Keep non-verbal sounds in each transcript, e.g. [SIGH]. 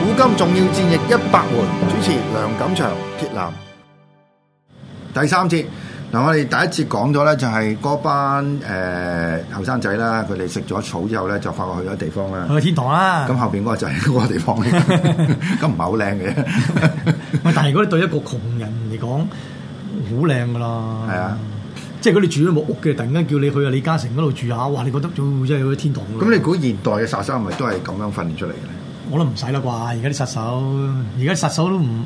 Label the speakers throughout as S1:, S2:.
S1: 古今重要戰役一百回，主持梁錦祥、鐵男。第三節嗱，我哋第一節講咗咧，就係嗰班誒後生仔啦，佢哋食咗草之後咧，就發覺去咗地方啦。
S2: 去天堂啦。
S1: 咁後邊嗰個就係 [LAUGHS] 嗰個地方嚟，咁唔係好靚嘅。
S2: 喂，但係如果你對一個窮人嚟講，好靚噶啦。
S1: 係啊，
S2: 即係如果你住咗木屋嘅，突然間叫你去啊李嘉誠嗰度住下，哇！你覺得做真係去天堂㗎
S1: 咁你估現代嘅殺手係咪都係咁樣訓練出嚟嘅咧？
S2: 我都唔使啦啩，而家啲殺手，而家啲殺手都唔，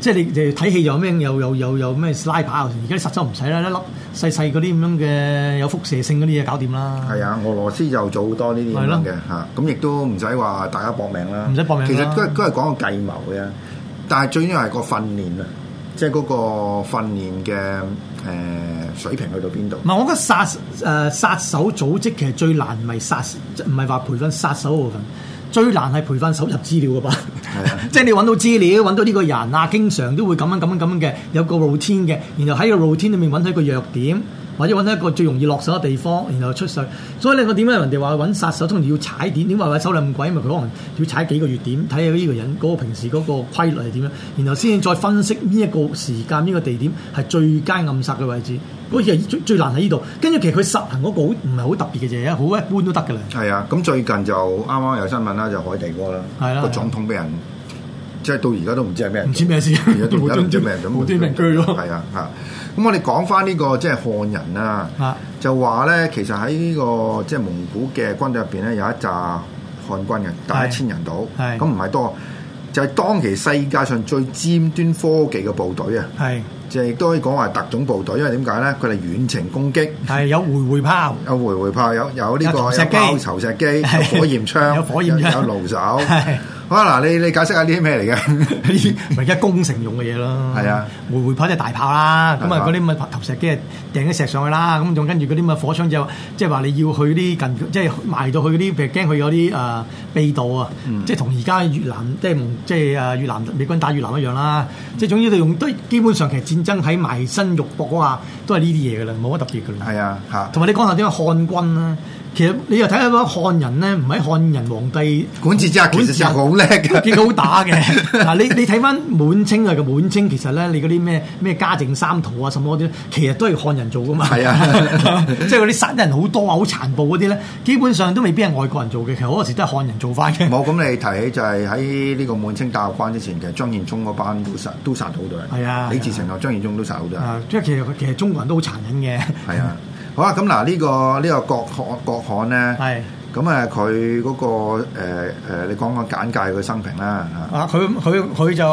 S2: 即係你你睇戲有咩有有有有咩拉把，而家啲殺手唔使啦，一粒細細嗰啲咁樣嘅有輻射性嗰啲嘢搞掂啦。
S1: 係啊，俄羅斯就做好多呢啲咁樣嘅
S2: 係
S1: 嚇，咁亦都唔使話大家搏命啦，
S2: 唔使搏命啦
S1: 其實都係都係講個計謀嘅，但係最緊要係個訓練啊，即係嗰個訓練嘅誒、呃水平去到邊度
S2: 唔。係，我覺得殺誒、呃、殺手組織其實最難唔係殺，唔係話培訓殺手嗰部分，最難係培訓搜集資料嗰
S1: 係啊
S2: 班。 [LAUGHS] 即係你揾到資料，揾到呢個人啊，經常都會咁樣咁樣咁樣嘅，有個 routine 嘅，然後喺個 routine 裏面揾到一個弱點，或者揾到一個最容易落手嘅地方，然後出手。所以咧，我點解人哋話揾殺手通常要踩點？點解話手咁鬼？因為佢可能要踩幾個月點，睇下呢個人嗰、個平時嗰個規律係點樣，然後先至再分析呢一個時間、呢、個地點係最佳暗殺嘅位置。嗰嘢最最難喺呢度，跟住其實佢實行嗰個好唔係好特別嘅嘢，好一般都得㗎啦。
S1: 係啊，咁最近就啱啱有新聞啦，就海地哥啦，
S2: 係啦
S1: 個總統俾人即係到而家都唔知係咩人做，
S2: 唔知咩事
S1: 而家到
S2: [LAUGHS]
S1: 而家都唔知咩人咁，
S2: 無端端俾人鋸咗
S1: 係啊嚇。咁我哋講翻呢個即係漢人啦
S2: 啊，
S1: 就話咧，其實喺呢個即係蒙古嘅軍隊入邊咧，有一紮漢軍嘅，大概一
S2: 係
S1: 千人度，
S2: 係
S1: 咁唔係多，就係當其世界上最尖端科技嘅部隊啊，
S2: 係
S1: 就亦都可以講話特種部隊，因為點解咧？佢哋遠程攻擊。
S2: 係有回回炮，
S1: 有回回炮，有有呢、個
S2: 有投
S1: 有
S2: 石機
S1: 包投石機，有火焰槍，
S2: [LAUGHS] 有火焰槍
S1: 有有弩手。
S2: 係
S1: 好啦，嗱，你你解釋下呢啲咩嚟嘅？ [LAUGHS]
S2: 咪而家攻城用嘅嘢咯。
S1: 係啊，
S2: 回回炮即係大炮啦，咁
S1: 大
S2: 啊
S1: 炮
S2: 嗰啲咪投石機係掟啲石上去啦，咁仲跟住嗰啲咪火槍就即係話你要去啲近，即係埋到去嗰啲，譬如驚佢有啲誒秘道啊，
S1: 嗯
S2: 即係同而家越南即係蒙即係啊誒越南美軍打越南一樣啦。即係總之你用都基本上其實戰爭喺埋身肉搏嗰下都係呢啲嘢㗎啦，冇乜特別㗎啦。
S1: 係啊，嚇
S2: 同埋你講下點解漢軍啦，其實你又睇下嗰漢人咧，唔係漢人皇帝
S1: 管治之啊下其實就好叻
S2: 幾
S1: 嘅。
S2: 好
S1: [LAUGHS]
S2: 打嘅。嗱，你你睇翻滿清啊嘅滿清，其實咧你嗰啲咩咩嘉靖三屠啊，什麼嗰啲，其實都係漢人做噶嘛。
S1: 係啊
S2: [LAUGHS] 即係嗰啲殺人好多啊，好殘暴嗰啲咧，基本上都未必係外國人做嘅，其實好多時都係漢人做翻嘅。
S1: 冇咁你提起就係喺呢個滿清打入關之前，其實張獻忠嗰班都殺都殺好多人。
S2: 係啊
S1: 李自成同張獻忠都殺好多人。
S2: 啊，即係其實其實中國人都好殘
S1: [LAUGHS]
S2: 忍嘅。
S1: 係啊，好啦，咁嗱呢個呢個國漢國漢咧，
S2: 係。
S1: 咁啊佢嗰個誒誒你講講簡介佢生平啦嚇。
S2: 啊！佢佢佢就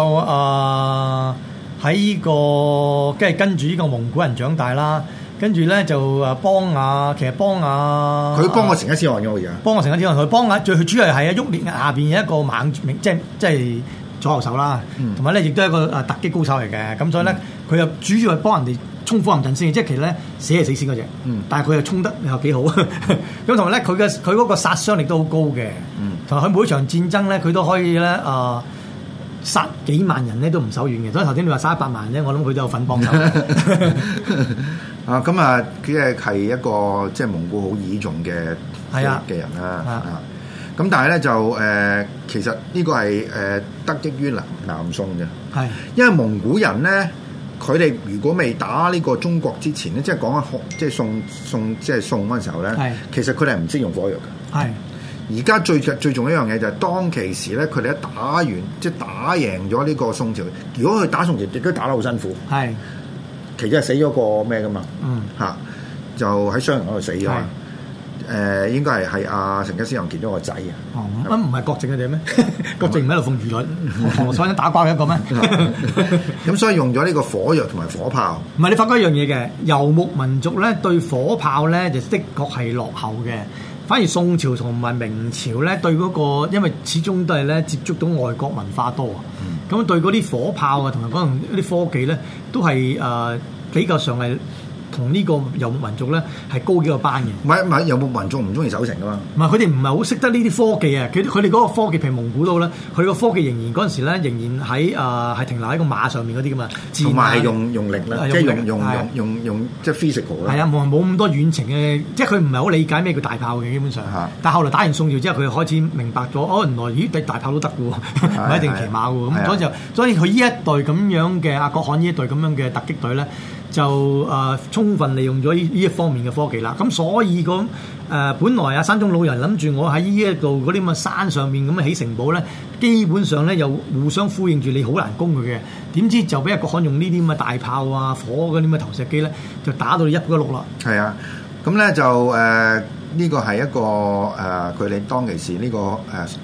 S2: 啊喺呢個跟住跟住呢個蒙古人長大啦，跟住咧就啊幫啊，其實幫啊，
S1: 佢幫我成一次案嘅我而家。 [LAUGHS]
S2: 幫我成個天王佢幫啊，最主要係喺旭烈下邊有一個猛即係即係左右手啦
S1: 嗯，
S2: 同埋咧亦都係一個啊突擊高手嚟嘅，咁所以咧佢又主要係幫人哋衝火陷陣先，即係其實咧死係死先嗰只
S1: 嗯，
S2: 但係佢又衝得又幾好， [LAUGHS] 咁同埋咧佢嘅佢嗰個殺傷力都好高嘅
S1: 嗯，
S2: 同埋佢每一場戰爭咧佢都可以咧啊。殺幾萬人咧都唔手軟嘅，所以頭先你話殺一百萬咧，我諗佢都有份幫手。
S1: [LAUGHS] 啊，咁啊，佢係係一個即係蒙古好倚重嘅
S2: 係啊
S1: 嘅嘅人啦。
S2: 啊
S1: 啊，咁但係咧就誒、呃其實呢個係誒、呃得益於南南宋嘅，
S2: 係
S1: 因為蒙古人咧佢哋如果未打呢個中國之前咧，即係講緊學即係宋宋即係宋嗰陣時候
S2: 係
S1: 咧，其實佢哋係唔識用火藥嘅。
S2: 係
S1: 而家最最重要一樣嘢就係當其時咧，佢哋一打完即係打贏咗呢個宋朝，如果佢打宋朝亦都打得好辛苦，
S2: 係
S1: 其實係死咗個咩噶嘛
S2: 嗯
S1: 嚇、就喺商人嗰度死咗
S2: 係。
S1: 誒、應該係係阿成吉思汗見到個仔啊。
S2: 哦，乜唔係郭靖佢哋咩？ [LAUGHS] 郭靖唔喺度奉魚女，何所欣打瓜一個咩？
S1: 咁所以用咗呢個火藥同埋火炮，
S2: 唔係你發覺一樣嘢嘅，遊牧民族咧對火炮咧就的確係落後嘅，反而宋朝同埋明朝咧對嗰、個，因為始終都係咧接觸到外國文化多啊，咁、對嗰啲火炮啊同埋嗰樣啲科技咧都係誒、呃比較上係同呢個遊牧民族咧係高幾個班嘅。
S1: 唔係唔係有冇民眾唔中意守城噶嘛？
S2: 唔係佢哋唔係好識得呢啲科技啊！佢佢哋嗰個科技，譬如蒙古佬咧，佢個科技仍然嗰陣時咧，仍然喺誒係停留喺個馬上面嗰啲噶嘛，自然啊
S1: 同埋係
S2: 馬
S1: 用用力啦，
S2: 係
S1: 即係
S2: 用力
S1: 用用
S2: 係啊
S1: 用用用即係 physical
S2: 係
S1: 啦。
S2: 啊，冇冇咁多遠程嘅，即係佢唔係好理解咩叫大炮嘅，基本上
S1: 嚇。
S2: 但係後來打完宋朝之後，佢開始明白咗，哦，原來咦，對大炮都得嘅喎，唔係一定騎馬嘅喎。
S1: 係啊
S2: 咁嗰陣時候，所以佢呢一隊咁樣嘅阿國漢呢一隊咁樣嘅突擊隊咧，就誒、呃充分利用咗呢呢一方面嘅科技啦。咁所以咁誒、呃本來啊山中老人諗住我喺呢一度嗰啲咁嘅山上面咁樣起城堡咧，基本上咧又互相呼應住，你好難攻佢嘅。點知就俾阿國漢用呢啲咁嘅大炮啊、火嗰啲咁嘅投石機咧，就打到你一骨碌啦。
S1: 係啊，咁咧就誒呢個係一個誒佢哋當其時呢個誒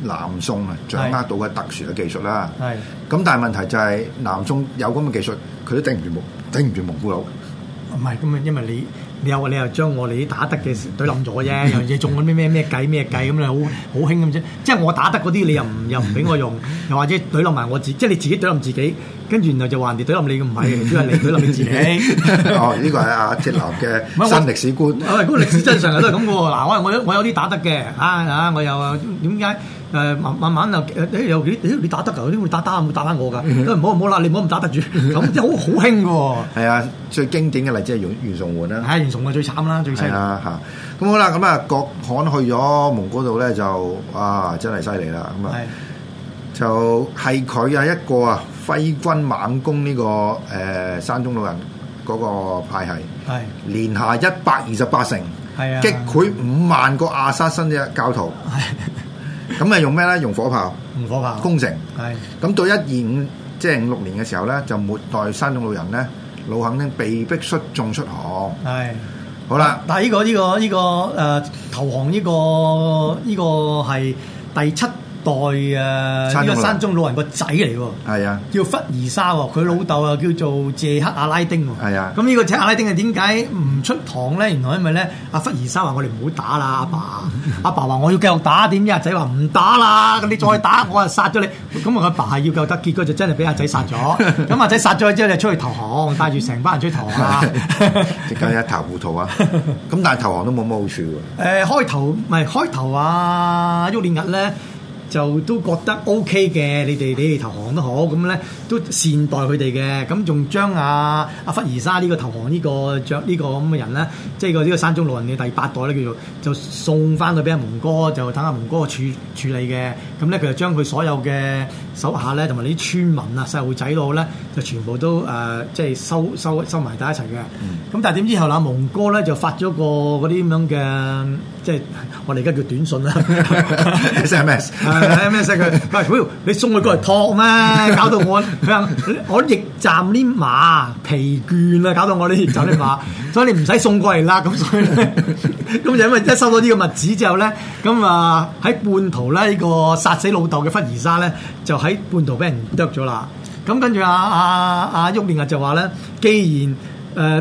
S1: 南宋啊掌握到嘅特殊嘅技術啦。
S2: 係
S1: 咁但係問題就係南宋有咁嘅技術，佢都頂唔住蒙頂唔住蒙古佬。
S2: 唔係咁啊？因為你你又你又將我哋啲打得嘅隊冧咗啫，又嘢中嗰啲咩咩咩計咩計咁你好好興咁啫。即係我打得嗰啲，你又唔又唔俾我用，又或者隊冧埋我自，即係你自己隊冧自己，跟住然後就話人哋隊冧你，唔係，都係你隊冧你自己。
S1: [LAUGHS] 哦，呢個係阿鐵男嘅
S2: 唔係我
S1: 新歷史觀。
S2: 啊，嗰個歷史真相都係咁嘅喎。嗱，我我有我有啲打得嘅，啊啊，我又點解誒慢慢慢又誒有啲咦你打得㗎？點會打打會打翻我㗎？都唔好唔好啦，你唔好咁打得住，咁即係好好興嘅喎。
S1: 係啊，最經典嘅例子係袁袁崇煥啦。
S2: 係袁崇煥最慘啦，最犀利
S1: 係。啊嚇，咁好啦，咁啊國罕去咗蒙古度咧就啊真係犀利啦，咁啊
S2: 係。
S1: 就係佢啊一個啊揮軍猛攻呢、個誒、呃山中老人嗰個派系，
S2: 係
S1: 連下一百二十八城，
S2: 係啊
S1: 擊潰五萬個阿薩辛嘅教徒，
S2: 係
S1: 咁啊用咩咧？用火炮
S2: 唔火炮
S1: 攻城。
S2: 係
S1: 咁到一二五即係五六年嘅時候咧，就末代山中老人咧，老肯丁被逼率眾出降。
S2: 係。
S1: 好啦，
S2: 但係呢個呢個呢個誒投降呢個呢個係第七代誒
S1: 山中老人
S2: 呢個山中老人個仔嚟喎。
S1: 係啊。
S2: 叫忽兒沙喎，佢老豆啊叫做謝克阿拉丁喎。
S1: 係啊
S2: 咁呢個謝克阿拉丁係點解唔出堂咧？原來因為咧，阿忽兒沙話我哋唔好打啦，阿爸， [LAUGHS] 阿爸話我要繼續打，點知阿仔話唔打啦，你再打我啊殺咗你。咁我阿爸係要救得，結果就真係俾阿仔殺咗。咁阿仔殺咗佢之後，就出去投降，帶住成班人出去投降啊。
S1: [LAUGHS] 即刻一頭糊塗啊！咁但係投降都冇乜好處
S2: [LAUGHS]
S1: 喎。
S2: 誒、開頭唔係開頭啊，鬱連日咧就都覺得 O K 嘅，你哋你哋投降都好，咁咧都善待佢哋嘅，咁仲將阿阿忽兒沙呢個投降呢、個着呢、個咁嘅人咧，即係個呢個山中老人嘅第八代咧叫做，就送翻去俾阿蒙哥，就等阿蒙哥處處理嘅，咁咧佢就將佢所有嘅手下咧同埋呢啲村民啊細路仔佬咧，就全部都誒、呃即係收收收埋喺一齊嘅。咁但係點知後啦，蒙哥咧就發咗個嗰啲咁樣嘅，即係我哋而家叫短信啦
S1: SMS
S2: [LAUGHS] 係 SMS 佢喂，你送佢過嚟
S1: [LAUGHS]
S2: 托咩？搞到我佢話我驛站啲馬疲倦啊啦，搞到我啲驛站啲馬，
S1: [LAUGHS]
S2: 所以你唔使送過嚟啦。咁所以咧，咁就因為一收到呢個物資之後咧，咁啊喺半途咧呢、個殺死老豆嘅忽兒沙咧，就喺半途俾人剁咗啦。咁跟住阿阿阿旭連啊就話咧，既然誒、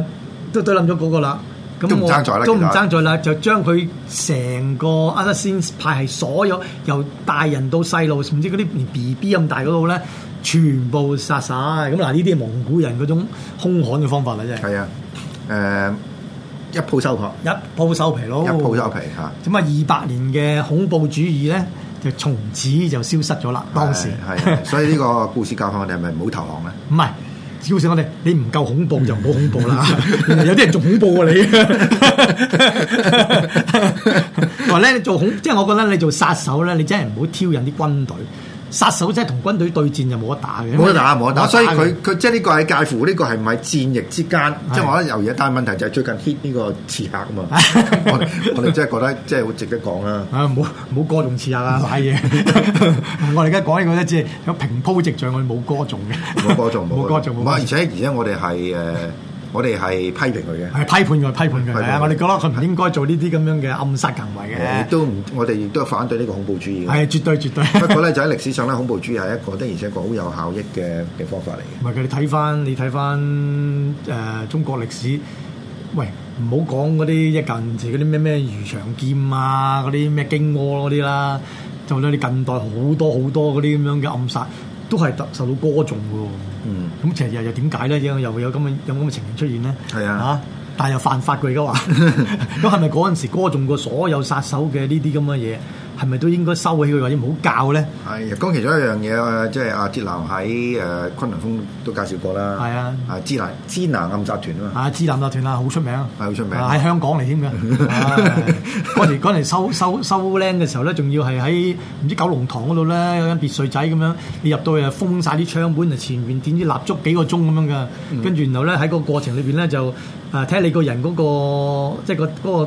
S2: 呃都對冧咗嗰個啦。咁
S1: 都唔
S2: 我
S1: 爭在啦
S2: 都唔
S1: 其實
S2: 爭在啦，就將佢成個阿德先派係所有由大人到細路，甚至嗰啲連 B B 咁大嗰度咧，全部殺晒。咁嗱，呢啲係蒙古人嗰種兇悍嘅方法啦，真係
S1: 係啊，誒、一鋪收殼，
S2: 一鋪收皮咯。
S1: 一鋪收皮嚇。
S2: 咁啊，二百年嘅恐怖主義咧，就從此就消失咗啦。當時
S1: 係係所以呢個故事教訓我哋係咪唔好投降咧？
S2: 唔係。只要醒我哋，你唔夠恐怖就唔好恐怖
S1: [LAUGHS]
S2: 啦。原來有啲人仲恐怖過你。同埋咧，你做恐，即係我覺得你做殺手咧，你真係唔好挑釁啲軍隊。殺手即係同軍隊對戰就冇得打嘅，
S1: 冇得打，冇得打，啊所以
S2: 嘅
S1: 佢佢即係呢個係介乎呢個係唔係戰役之間，
S2: 係
S1: 即係我覺得由而家，但係問題就係最近 hit 呢個刺客啊嘛， [LAUGHS] 我哋我哋真係覺得即係好值得講啦。
S2: 啊，唔好唔好歌頌刺客啊，
S1: [LAUGHS]
S2: 買嘢。我哋而家講呢個咧，只係有平鋪直敍，我哋冇歌頌嘅，
S1: 冇歌頌，
S2: 冇歌頌，冇
S1: 唔係
S2: 歌
S1: 而
S2: 頌。
S1: 且而且我哋係誒，我哋係批評佢嘅。
S2: 係批判佢，批判佢
S1: 批判佢
S2: 係啊！我哋覺得佢唔應該做呢啲咁樣嘅暗殺行為
S1: 誒亦
S2: 嘅，
S1: 都唔，我哋亦都反對呢個恐怖主義嘅。
S2: 係絕對絕對。
S1: 不過咧，就喺歷史上咧，恐怖主義係一個的而且確好有效益嘅嘅方法嚟嘅。
S2: 唔係佢哋睇翻，你睇翻誒中國歷史，喂，唔好講嗰啲一近時嗰啲咩咩魚腸劍啊，嗰啲咩荊軻嗰啲啦，就算你近代好多好多嗰啲咁樣嘅暗殺，都係特受到歌頌嘅喎。
S1: 嗯，
S2: 咁其實又又點解咧？又又會有咁嘅有咁嘅情形出現咧？
S1: 係啊
S2: 嚇但係又犯法佢而
S1: [LAUGHS]
S2: 家話，咁係咪嗰陣時歌中過所有殺手嘅呢啲咁嘅嘢，係咪都應該收起佢或者唔好教咧？
S1: 係講其中一樣嘢啊，即係阿鐵男喺誒昆崙峰都介紹過啦。
S2: 係啊
S1: 啊支那支那暗殺團啊嘛。
S2: 啊，支南集團啊，好出名啊，
S1: 係好出名
S2: 啊喺香港嚟
S1: [LAUGHS]
S2: 添嘅。啊嗰陣嗰陣收收收僆嘅時候咧，仲要係喺唔知九龍塘嗰度咧，有間別墅仔咁樣，你入到去啊封晒啲窗門，就前面點啲蠟燭幾個鐘咁樣噶，
S1: 嗯
S2: 跟住然後咧喺個過程裏邊咧就啊睇下你個人嗰、個即係、個嗰、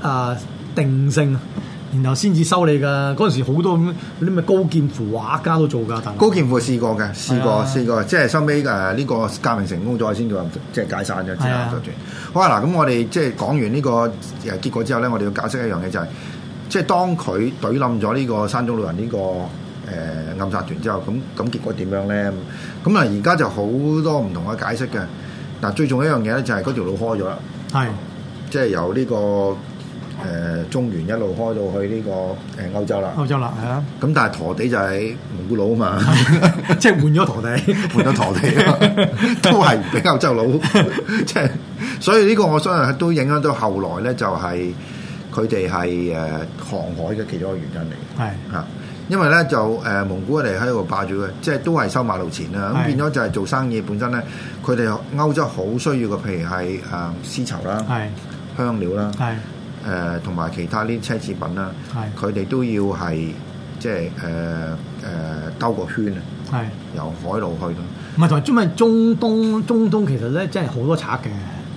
S2: 個啊定性。然後先至收你㗎，嗰陣時好多咁嗰啲咩高劍符畫家都做㗎，大佬
S1: 高劍父試過嘅，試
S2: 係
S1: 過
S2: 啊
S1: 試過，即係收尾誒呢個革命成功咗先至話即係解散咗支那
S2: 係啊
S1: 暗殺團。好啊，嗱咁我哋即係講完呢個誒結果之後咧，我哋要解釋一樣嘢就係，即係當佢懟冧咗呢個山中老人呢個誒暗殺團之後，咁咁結果點樣咧？咁啊而家就好多唔同嘅解釋嘅。嗱，最重要一樣嘢咧就係嗰條路開咗啦，
S2: 係
S1: 即係由呢個誒中原一路開到去呢個誒呃歐洲啦。
S2: 歐洲啦，
S1: [LAUGHS]
S2: 係啊，
S1: 咁但係陀地就係蒙古佬
S2: [LAUGHS]
S1: 啊嘛。
S2: 即係換咗
S1: [LAUGHS]
S2: 陀地。
S1: 換咗陀地啊，
S2: [LAUGHS]
S1: 都係比較周佬， [LAUGHS] 即係所以呢個我相信都影響到後來咧，就係佢哋係誒呃航海嘅其中一個原因嚟
S2: 係
S1: 嘅嚇。因為咧就誒、蒙古人哋喺度霸住嘅，即係都係收馬路錢啦。咁
S2: 係
S1: 變咗就係做生意本身咧，佢哋歐洲好需要嘅，譬如係誒、呃絲綢啦、
S2: 係
S1: 香料啦、
S2: 係
S1: 誒呃同埋其他呢啲奢侈品啦，
S2: 係
S1: 佢哋都要係即係誒誒呃兜個圈啊，
S2: 係。
S1: 由海路去咯。
S2: 唔係同埋中咪中東中東其實咧，真係好多賊嘅。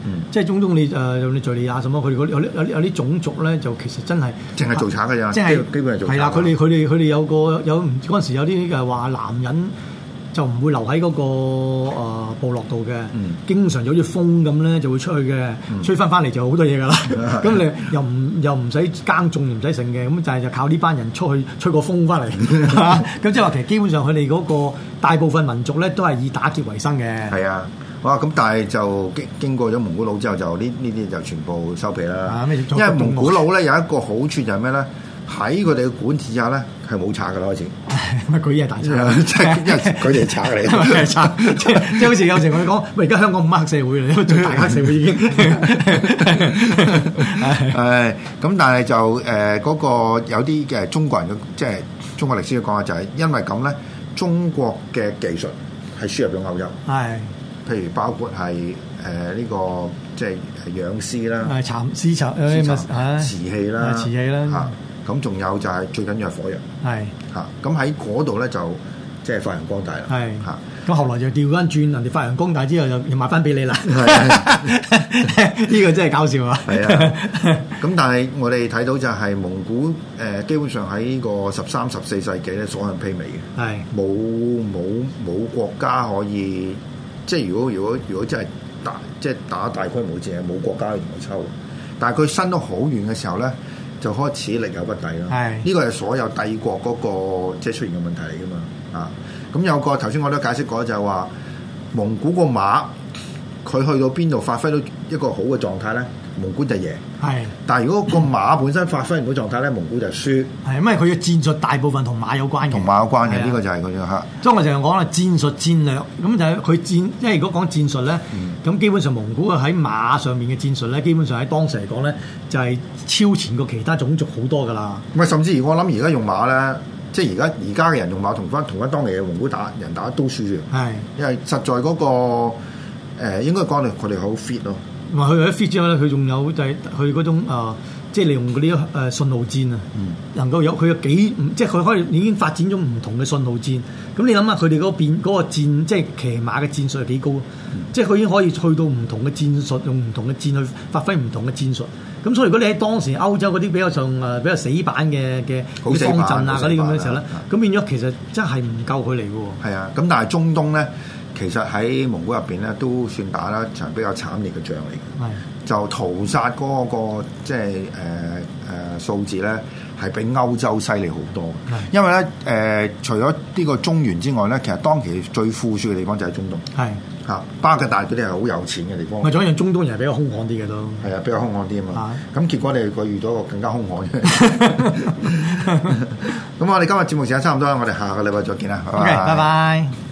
S1: 嗯
S2: 即係中東你誒，呃就你敍利亞什麼，佢哋嗰啲有啲有啲有啲種族咧，就其實真係
S1: 淨係做賊㗎咋
S2: 即係
S1: 啊基基本係做賊啊
S2: 係啦，佢哋佢哋佢哋有個有唔嗰陣時有啲誒話男人就唔會留喺嗰、個、呃、部落度嘅，
S1: 嗯
S2: 經常就好似風咁咧就會出去嘅，吹翻翻嚟就好多嘢
S1: [LAUGHS]
S2: 㗎啦。咁你又唔又唔使耕種，又唔使剩嘅，咁就係就靠呢班人出去吹個
S1: [LAUGHS]
S2: 風翻嚟。 [LAUGHS] 咁即係話其實基本上佢哋嗰個大部分民族咧都係以打劫為生嘅。
S1: 係啊，哇！咁但係就經經過咗蒙古佬之後，就呢呢啲就全部收皮啦
S2: 啊。咩
S1: 因為蒙古佬咧有一個好處就係咩咧？喺佢哋嘅管治下咧，係冇賊噶啦
S2: [LAUGHS]
S1: 開始， [LAUGHS]
S2: 咪 [LAUGHS] 佢嘢大
S1: 即
S2: 賊，
S1: 係因為佢哋係賊 [LAUGHS] 嚟。
S2: 因為 [LAUGHS] 佢係賊，即係即係好似有時我哋講，喂而家香港唔係黑社會啦，因為最大黑社會
S1: [LAUGHS]
S2: 已經
S1: 誒咁，但係就呃誒嗰、個有啲嘅中國人嘅，即係中國歷史嘅講法就係因為咁咧，中國嘅技術係輸入咗歐洲，
S2: 係
S1: 譬如包括係誒呃呢個即係呃養絲啦。
S2: 係蠶絲綢誒啊咪
S1: 瓷器啦，
S2: 瓷器啦，
S1: 嚇咁仲有就係最緊要係火藥
S2: 係
S1: 嚇，咁喺嗰度咧就即係發揚光大啦，
S2: 係
S1: 嚇。
S2: 咁後來就調翻轉，人哋發揚光大之後又又賣翻俾你啦， [LAUGHS] 呢個真係搞笑啊！
S1: 係啊，咁但係我哋睇到就係蒙古誒、呃基本上喺呢個十三、十四世紀咧所向披靡嘅，
S2: [LAUGHS] 係
S1: 冇冇冇國家可以即係如果如果如果真係打即係打大規模戰，冇國家可以同佢抽。但係佢伸到好遠嘅時候咧，就開始力有不逮啦。
S2: 係
S1: 呢個係所有帝國嗰、個即係出現嘅問題嚟噶嘛啊！咁有個頭先我都解釋過就係話蒙古個馬佢去到邊度發揮到一個好嘅狀態咧，蒙古就贏。
S2: 係
S1: 但係如果個馬本身發揮唔到狀態咧，蒙古就輸，
S2: 係，因為佢嘅戰術大部分同馬有關嘅，
S1: 同馬有關嘅
S2: 係啊
S1: 呢個就係佢嘅嚇。
S2: 所以我成日講啦，戰術戰略咁就係佢戰，因為如果講戰術咧，咁、基本上蒙古啊喺馬上面嘅戰術咧，基本上喺當時嚟講咧，就係、超前過其他種族好多噶啦。
S1: 唔係，甚至我諗而家用馬咧，即係而家而家嘅人用馬同翻同翻當年嘅蒙古打人打都輸嘅，
S2: 係，
S1: 因為實在嗰、個誒、呃、應該講佢哋好 fit 咯，
S2: 同埋佢喺 fit 之後咧，佢仲有就係佢嗰種、呃、即係利用嗰啲誒信號戰啊，
S1: 嗯
S2: 能夠有佢有幾唔即係佢可以已經發展咗唔同嘅信號戰。咁你諗下佢哋嗰個變嗰、個戰，即係騎馬嘅戰術係幾高啊？
S1: 嗯
S2: 即係佢已經可以去到唔同嘅戰術，用唔同嘅戰去發揮唔同嘅戰術。咁所以如果你喺當時歐洲嗰啲比較上誒比較死板嘅嘅
S1: 好死板
S2: 方陣啊
S1: 好死板
S2: 嗰啲咁嘅時候咧
S1: 啊，
S2: 咁變咗其實真係唔夠佢嚟嘅喎。
S1: 係啊，咁但係中東咧，其實喺蒙古入邊咧都算打啦場比較慘烈嘅仗嚟嘅，
S2: 係
S1: 就屠殺嗰、個即係誒誒數字咧係比歐洲犀利好多嘅
S2: 係
S1: 因為咧誒、呃除咗呢個中原之外咧，其實當其最富庶嘅地方就係中東
S2: 係，
S1: 嚇、巴格達嗰啲係好有錢嘅地方
S2: 咪。仲有一樣中東人係比較兇悍啲嘅都。
S1: 係啊，比較兇悍啲啊嘛。
S2: 係
S1: 咁結果你佢遇到一個更加兇悍嘅。 [LAUGHS] 咁我哋今日節目時間差唔多啦，我哋下個禮拜再見啦。
S2: OK，拜拜。